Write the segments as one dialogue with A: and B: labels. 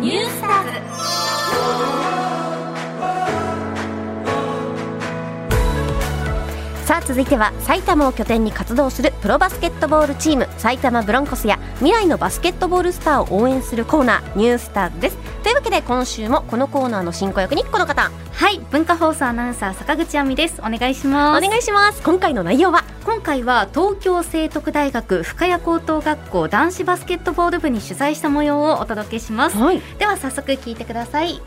A: ニュースターズ
B: さあ続いては埼玉を拠点に活動するプロバスケットボールチーム埼玉ブロンコスや未来のバスケットボールスターを応援するコーナーニュースターズですというわけで今週もこのコーナーの進行役にこの方
C: はい文化放送アナウンサー坂口亜美ですお願いしま
B: お
C: す
B: 願いします今回の内容は
C: 今回は東京聖徳大学深谷高等学校男子バスケットボール部に取材した模様をお届けします
B: はい
C: では早速聞いてください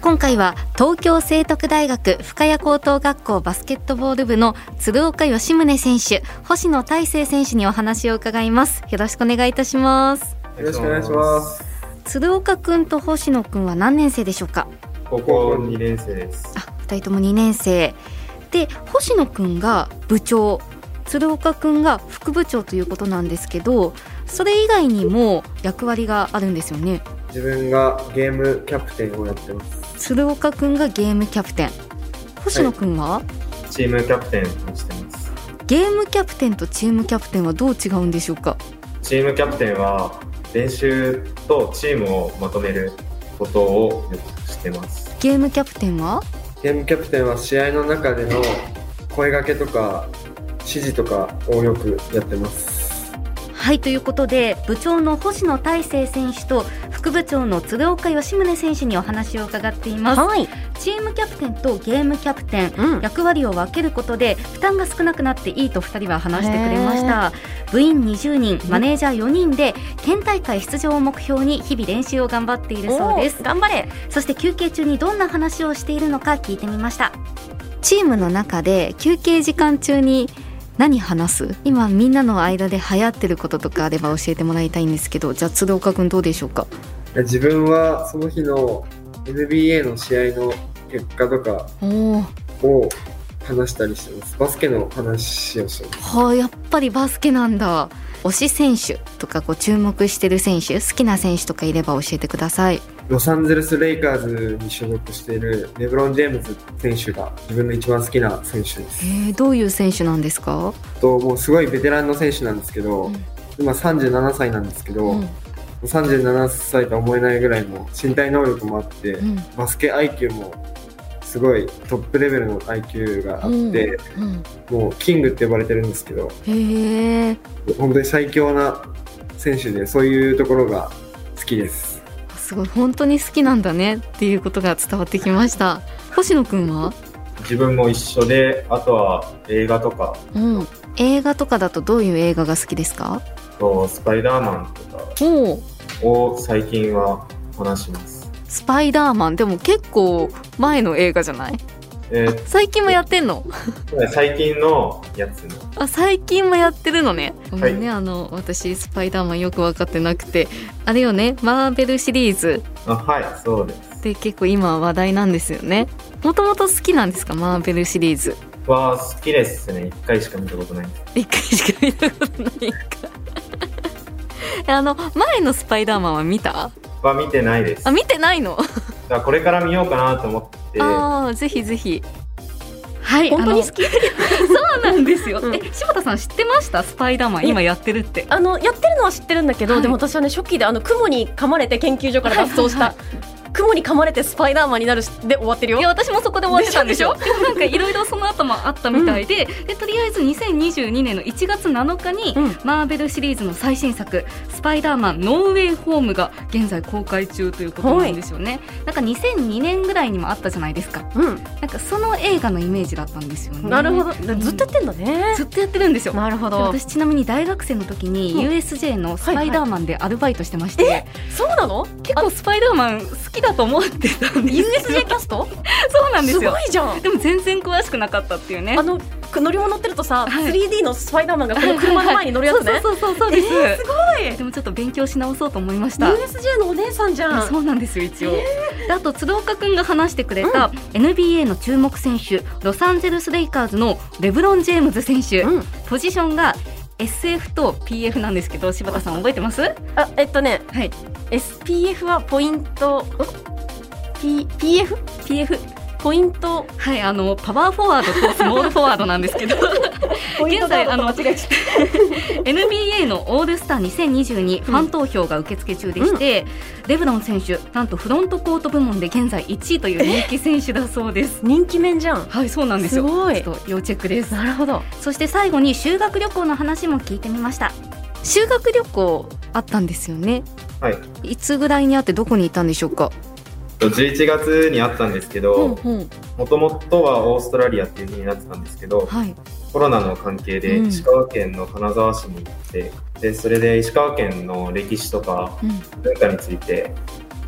C: 今回は東京聖徳大学深谷高等学校バスケットボール部の鶴岡義宗選手星野大成選手にお話を伺いますよろしくお願いいたします
D: よろしくお願いします。
C: 鶴岡くんと星野くんは何年生でしょうか
D: 高校2年生です。
C: あ2人とも2年生で星野くんが部長鶴岡くんが副部長ということなんですけどそれ以外にも役割があるんですよね
D: 自分がゲームキャプテンをやってます。
C: 鶴岡くんがゲームキャプテン星野くんは、
D: チームキャプテンをしてます。
C: ゲームキャプテンとチームキャプテンはどう違うんでしょうか
D: チームキャプテンは練習とチームをまとめることをよくしてます。
C: ゲームキャプテンは
D: ゲームキャプテンは試合の中での声掛けとか指示とかをよくやってます。
C: はいということで部長の星野大成選手と副部長の鶴岡義宗選手にお話を伺っています
B: はい
C: チームキャプテンとゲームキャプテン
B: うん
C: 役割を分けることで負担が少なくなっていいと2人は話してくれました部員20人マネージャー4人で県大会出場を目標に日々練習を頑張っているそうです
B: おー頑張れ
C: そして休憩中にどんな話をしているのか聞いてみましたチームの中で休憩時間中に何話す今みんなの間で流行ってることとかあれば教えてもらいたいんですけどじゃあ鶴岡君どうでしょうか
D: 自分はその日の NBA の試合の結果とか
C: おお
D: を話したりしてます。バスケの話をしてます。
C: はあ、やっぱりバスケなんだ推し選手とかこう注目してる選手好きな選手とかいれば教えてください
D: ロサンゼルス・レイカーズに所属しているレブロン・ジェームズ選手が自分の一番好きな選手です。
C: えー、どういう選手なんですか、
D: ともうすごいベテランの選手なんですけど、
C: うん
D: 今37歳なんですけど、
C: うん
D: 37歳とは思えないぐらいの身体能力もあって、
C: うん
D: バスケ IQ もすごいトップレベルの IQ があって、
C: うん、
D: もうキングって呼ばれてるんですけど
C: へえ
D: 本当に最強な選手でそういうところが好きです。
C: すごい本当に好きなんだねっていうことが伝わってきました星野くんは、
E: 自分も一緒であとは映画とか
C: うん、映画とかだとどういう映画が好きですか
E: あとスパイダーマンとか
C: おお
E: を最近は話します
C: スパイダーマンでも結構前の映画じゃない
E: えー
C: 最近もやってんの
E: 最近のやつの
C: あ最近もやってるのね。ご
E: い
C: めんね、あの私スパイダーマンよく分かってなくてあれよねマーベルシリーズ
E: あはいそうです
C: で結構今話題なんですよね。もともと好きなんですかマーベルシリーズ。
E: は好きですね一回しか見たことないです
C: 一回しか見たことないか。 えあの前のスパイダーマンは見た
E: は見てないです
C: あ見てないの、
E: だからこれから見ようかなと思って
C: ああぜひぜひはい
B: 本当に好
C: き
B: き
C: そうなんですよ、
B: うん
C: え柴田さん知ってましたスパイダーマン今やってるって
B: あのやってるのは知ってるんだけど、
C: はい
B: でも私はね初期であの雲に噛まれて研究所から脱走した、
C: はいは
B: 雲に噛まれてスパイダーマンになるしで終わってるよ
C: いや私もそこで終わってたんでしょでもなんかいろいろその後もあったみたいで,、でとりあえず2022年の1月7日に、
B: うん
C: マーベルシリーズの最新作「スパイダーマンノーウェイホーム」が現在公開中ということなんですよね、なんか2002年ぐらいにもあったじゃないですか
B: う
C: なんかその映画のイメージだったんですよね
B: ん、なるほど、
C: ん
B: ずっとやってんだね
C: ずっとやってるんですよ
B: なるほ
C: で
B: ど
C: 私ちなみに大学生の時
B: うん
C: に USJ のスパイダーマンでアルバイトしてまして、
B: そうなの
C: 結構スパイダーマン好きだと思ってたんですよ
B: USJ キャスト
C: そうなんですすよ
B: ごいじゃん
C: でも全然詳しくなかったっていうね
B: あのく乗り物乗ってるとさ、
C: はい
B: 3D のスパイダーマンがこの車の前に乗るやつね
C: そうそうそうそうそうです、
B: えーす
C: ごいでもちょっと勉強し直そうと思いました
B: USJ のお姉さんじゃん
C: そうなんですよ一応、であと鶴岡くんが話してくれた NBA の注目選手ロサンゼルス・レイカーズのレブロン・ジェームズ選手、
B: うん
C: ポジションが SF と PF なんですけど柴田さん覚えてますは
B: あえっとね
C: い
B: SPF はポイントん P PF PF ポイント
C: はいあのパワーフォワードとスモールフォワードなんですけど
B: ポイント
C: 現 在
B: ガードと間違えちゃっ
C: NBA
F: のオールスター2022ファン投票が受付中でして、レブロン選手なんとフロントコート部門で現在1位という人気選手だそうです。
B: 人気面じゃん
F: はいそうなんですよ。
B: すごい
F: ちょっと要チェックです。
B: なるほど
F: そして最後に修学旅行の話も聞いてみました。
C: 修学旅行あったんですよね
E: はい
C: いつぐらいにあってどこに行ったんでしょうか
E: 11月にあったんですけ
B: うん
E: ど
B: うん
E: もともとはオーストラリアっていう風になってたんですけど
C: はい
E: コロナの関係で
C: うん
E: 石川県の金沢市に行ってでそれで石川県の歴史とか
C: うん
E: 文化について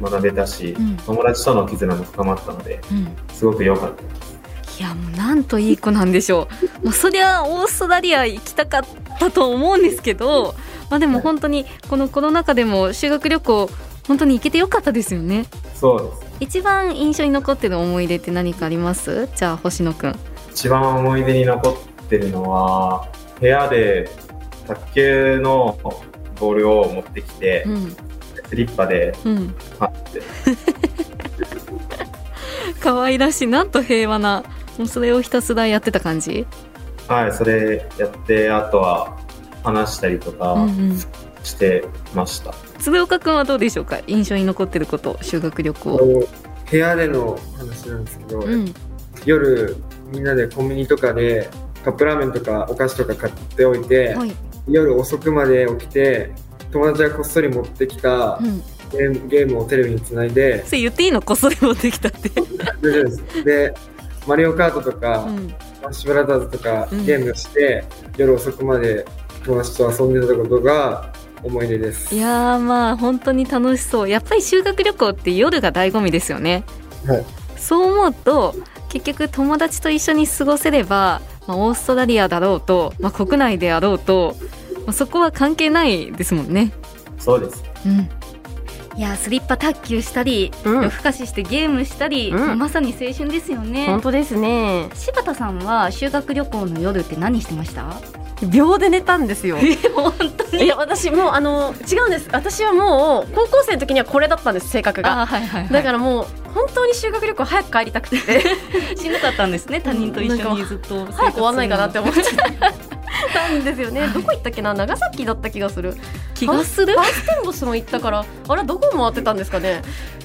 E: 学べたし
C: うん
E: 友達との絆も深まったので
C: うん
E: すごく良かった
C: いやもうなんといい子なんでしょう。まあ、そりゃオーストラリア行きたかったと思うんですけど、まあ、でも本当にこのコロナ禍でも修学旅行本当に行けてよかったですよね。
E: そうです
C: 一番印象に残ってる思い出って何かありますじゃあ星野くん。
E: 一番思い出に残ってるのは部屋で卓球のボールを持ってきて、
C: うん
E: スリッパで
C: うん、
E: パンって
C: 可愛らしいなんと平和なもうそれをひたすらやってた感じ、
E: はいそれやってあとは話したりと
C: う
E: か
C: んうん、
E: してました、
C: 鶴岡くんはどうでしょうか印象に残ってること修学旅行。
D: こう部屋での話なんですけど、
C: うん
D: 夜みんなでコンビニとかでカップラーメンとかお菓子とか買っておいて、
C: はい
D: 夜遅くまで起きて友達がこっそり持ってきた
C: うん、
D: ゲームゲームをテレビにつないで
C: それ言っていいのこっそり持ってきたって。
D: 大丈夫ですでマリオカートとか、
C: うん
D: マッシュブラザーズとか
C: うん
D: ゲームして、夜遅くまで友達と遊んでたことが思い出です
C: いやーまあ本当に楽しそうやっぱり修学旅行って夜が醍醐味ですよね、
D: はい
C: そう思うと結局友達と一緒に過ごせれば、まあ、オーストラリアだろうと、まあ、国内であろうと、まあ、そこは関係ないですもんね
E: そうです
C: うん
F: いやースリッパ卓球したり、
B: うん
F: 夜更かししてゲームしたり、
B: うん
F: まさに青春ですよね。
B: 本当ですね
F: 柴田さんは修学旅行の夜って何してました？
B: 秒で寝たんですよ
F: 本当
B: いや私もうあの違うんです私はもう高校生の時にはこれだったんです性格が
F: あーはいはい、はい、
B: だからもう本当に修学旅行早く帰りたくて
F: しなかったんですね他人と一緒にずっと生活するの
B: 早く終わんないかなって思っちゃったんですよねどこ行ったっけな長崎だった気がする
F: 気がする
B: バイステンボスも行ったからあれどこ回ってたんですかね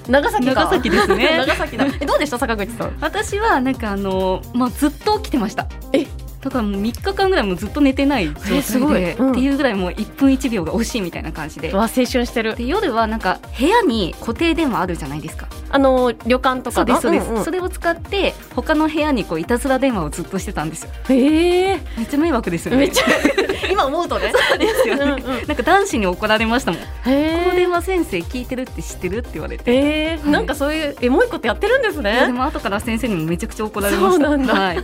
B: 長崎か
F: 長崎ですね
B: 長崎だえどうでした坂口さ ん
F: 私はなんかあのまあずっと起きてました
B: え
F: だからもう3日間ぐらいもうずっと寝てない状態
B: え
F: です
B: ごいうん
F: っていうぐらいもう1分1秒が惜しいみたいな感じで
B: わ青春してる
F: で夜はなんか部屋に固定電話あるじゃないですか
B: あの旅館と
F: そう
B: か
F: ですそうです、
B: んん
F: それを使って他の部屋にこういたずら電話をずっとしてたんですよ
B: へえ
F: めっちゃ迷惑ですよね
B: めっ ちゃ今思うとね
F: ゃですよね、
B: うんう ん
F: なんか男子に怒られましたもん、
B: へ
F: この
B: え
F: 電話先生聞いてるって知ってるって言われて
B: えーなんかそういうエモいことやってるんです
F: いやで
B: ね。
F: も後から先生にもめちゃくちゃ怒られました
B: そうなんだ
F: はい、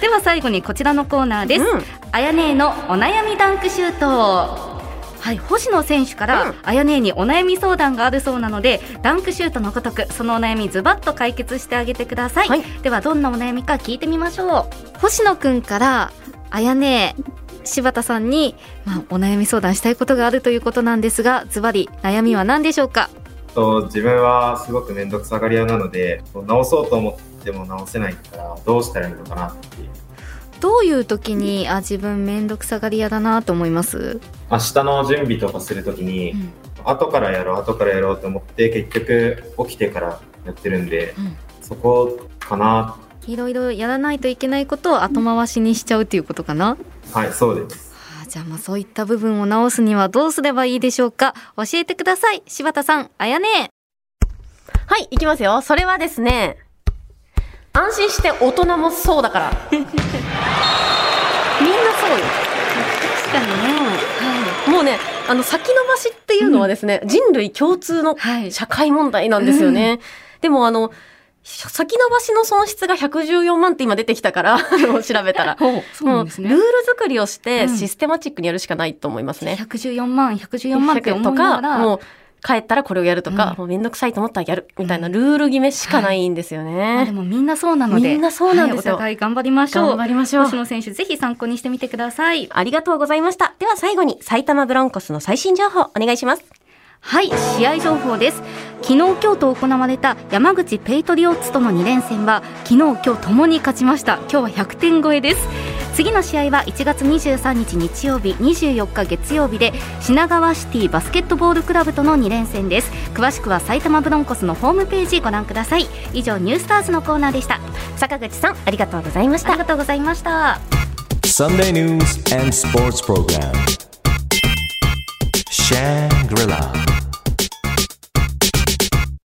F: では最後にこちらのコーナーです、
B: うん
F: あやねえのお悩みダンクシュートはい星野選手から、
B: うん
F: あやねえにお悩み相談があるそうなのでダンクシュートのごとくそのお悩みズバッと解決してあげてください、
B: はい
F: ではどんなお悩みか聞いてみましょう
C: 星野くんからあやね柴田さんに、まあ、お悩み相談したいことがあるということなんですがズバリ悩みは何でしょうか
E: と自分はすごく面倒くさがり屋なので直そうと思っても直せないからどうしたらいいのかなっていう
C: どういう時にあ自分めんどくさがり屋だなと思います
E: 明日の準備とかするときに、
C: うん
E: 後からやろう後からやろうと思って結局起きてからやってるんで、
C: うん
E: そこかない
C: ろいろやらないといけないことを後回しにしちゃうっていうことかな、
E: はいそうです
C: あーじゃあまあそういった部分を直すにはどうすればいいでしょうか教えてください柴田さんあやね
B: はい、いきますよ。それはですね、安心して大人もそう だから。みんなそうよ。
F: 確かにね
B: もうね、あの、先延ばしっていうのはですね、人類共通の
F: はい
B: 社会問題なんですよね。でもあの、先延ばしの損失が114万って今出てき たから、あの調べたら。
F: ほうそうなんです
B: も
F: ね
B: うルール作りをして、
F: うん
B: システマチックにやるしかないと思いますね。
F: 114万114万って思いなが
B: 100
F: ら
B: もう帰ったらこれをやるとか、
F: うん
B: もうめんどくさいと思ったらやるみたいなルール決めしかないんですよね。
F: まあでもみんなそうなので
B: みんなそうなんですよ
F: はいお互い頑張りましょう
B: 頑張りましょう
F: 星野選手ぜひ参考にしてみてください
B: ありがとうございました。では最後に埼玉ブロンコスの最新情報お願いします。
F: はい試合情報です昨日今日と行われた山口ペイトリオッツとの2連戦は昨日今日ともに勝ちました今日は100点超えです
C: 次の試合は1月23日日曜日24日月曜日で品川シティバスケットボールクラブとの2連戦です詳しくは埼玉ブロンコスのホームページご覧ください以上ニュースターズのコーナーでした
G: 坂口さんありがとうございました
C: ありがとうございました
H: Sunday news and sports program. Share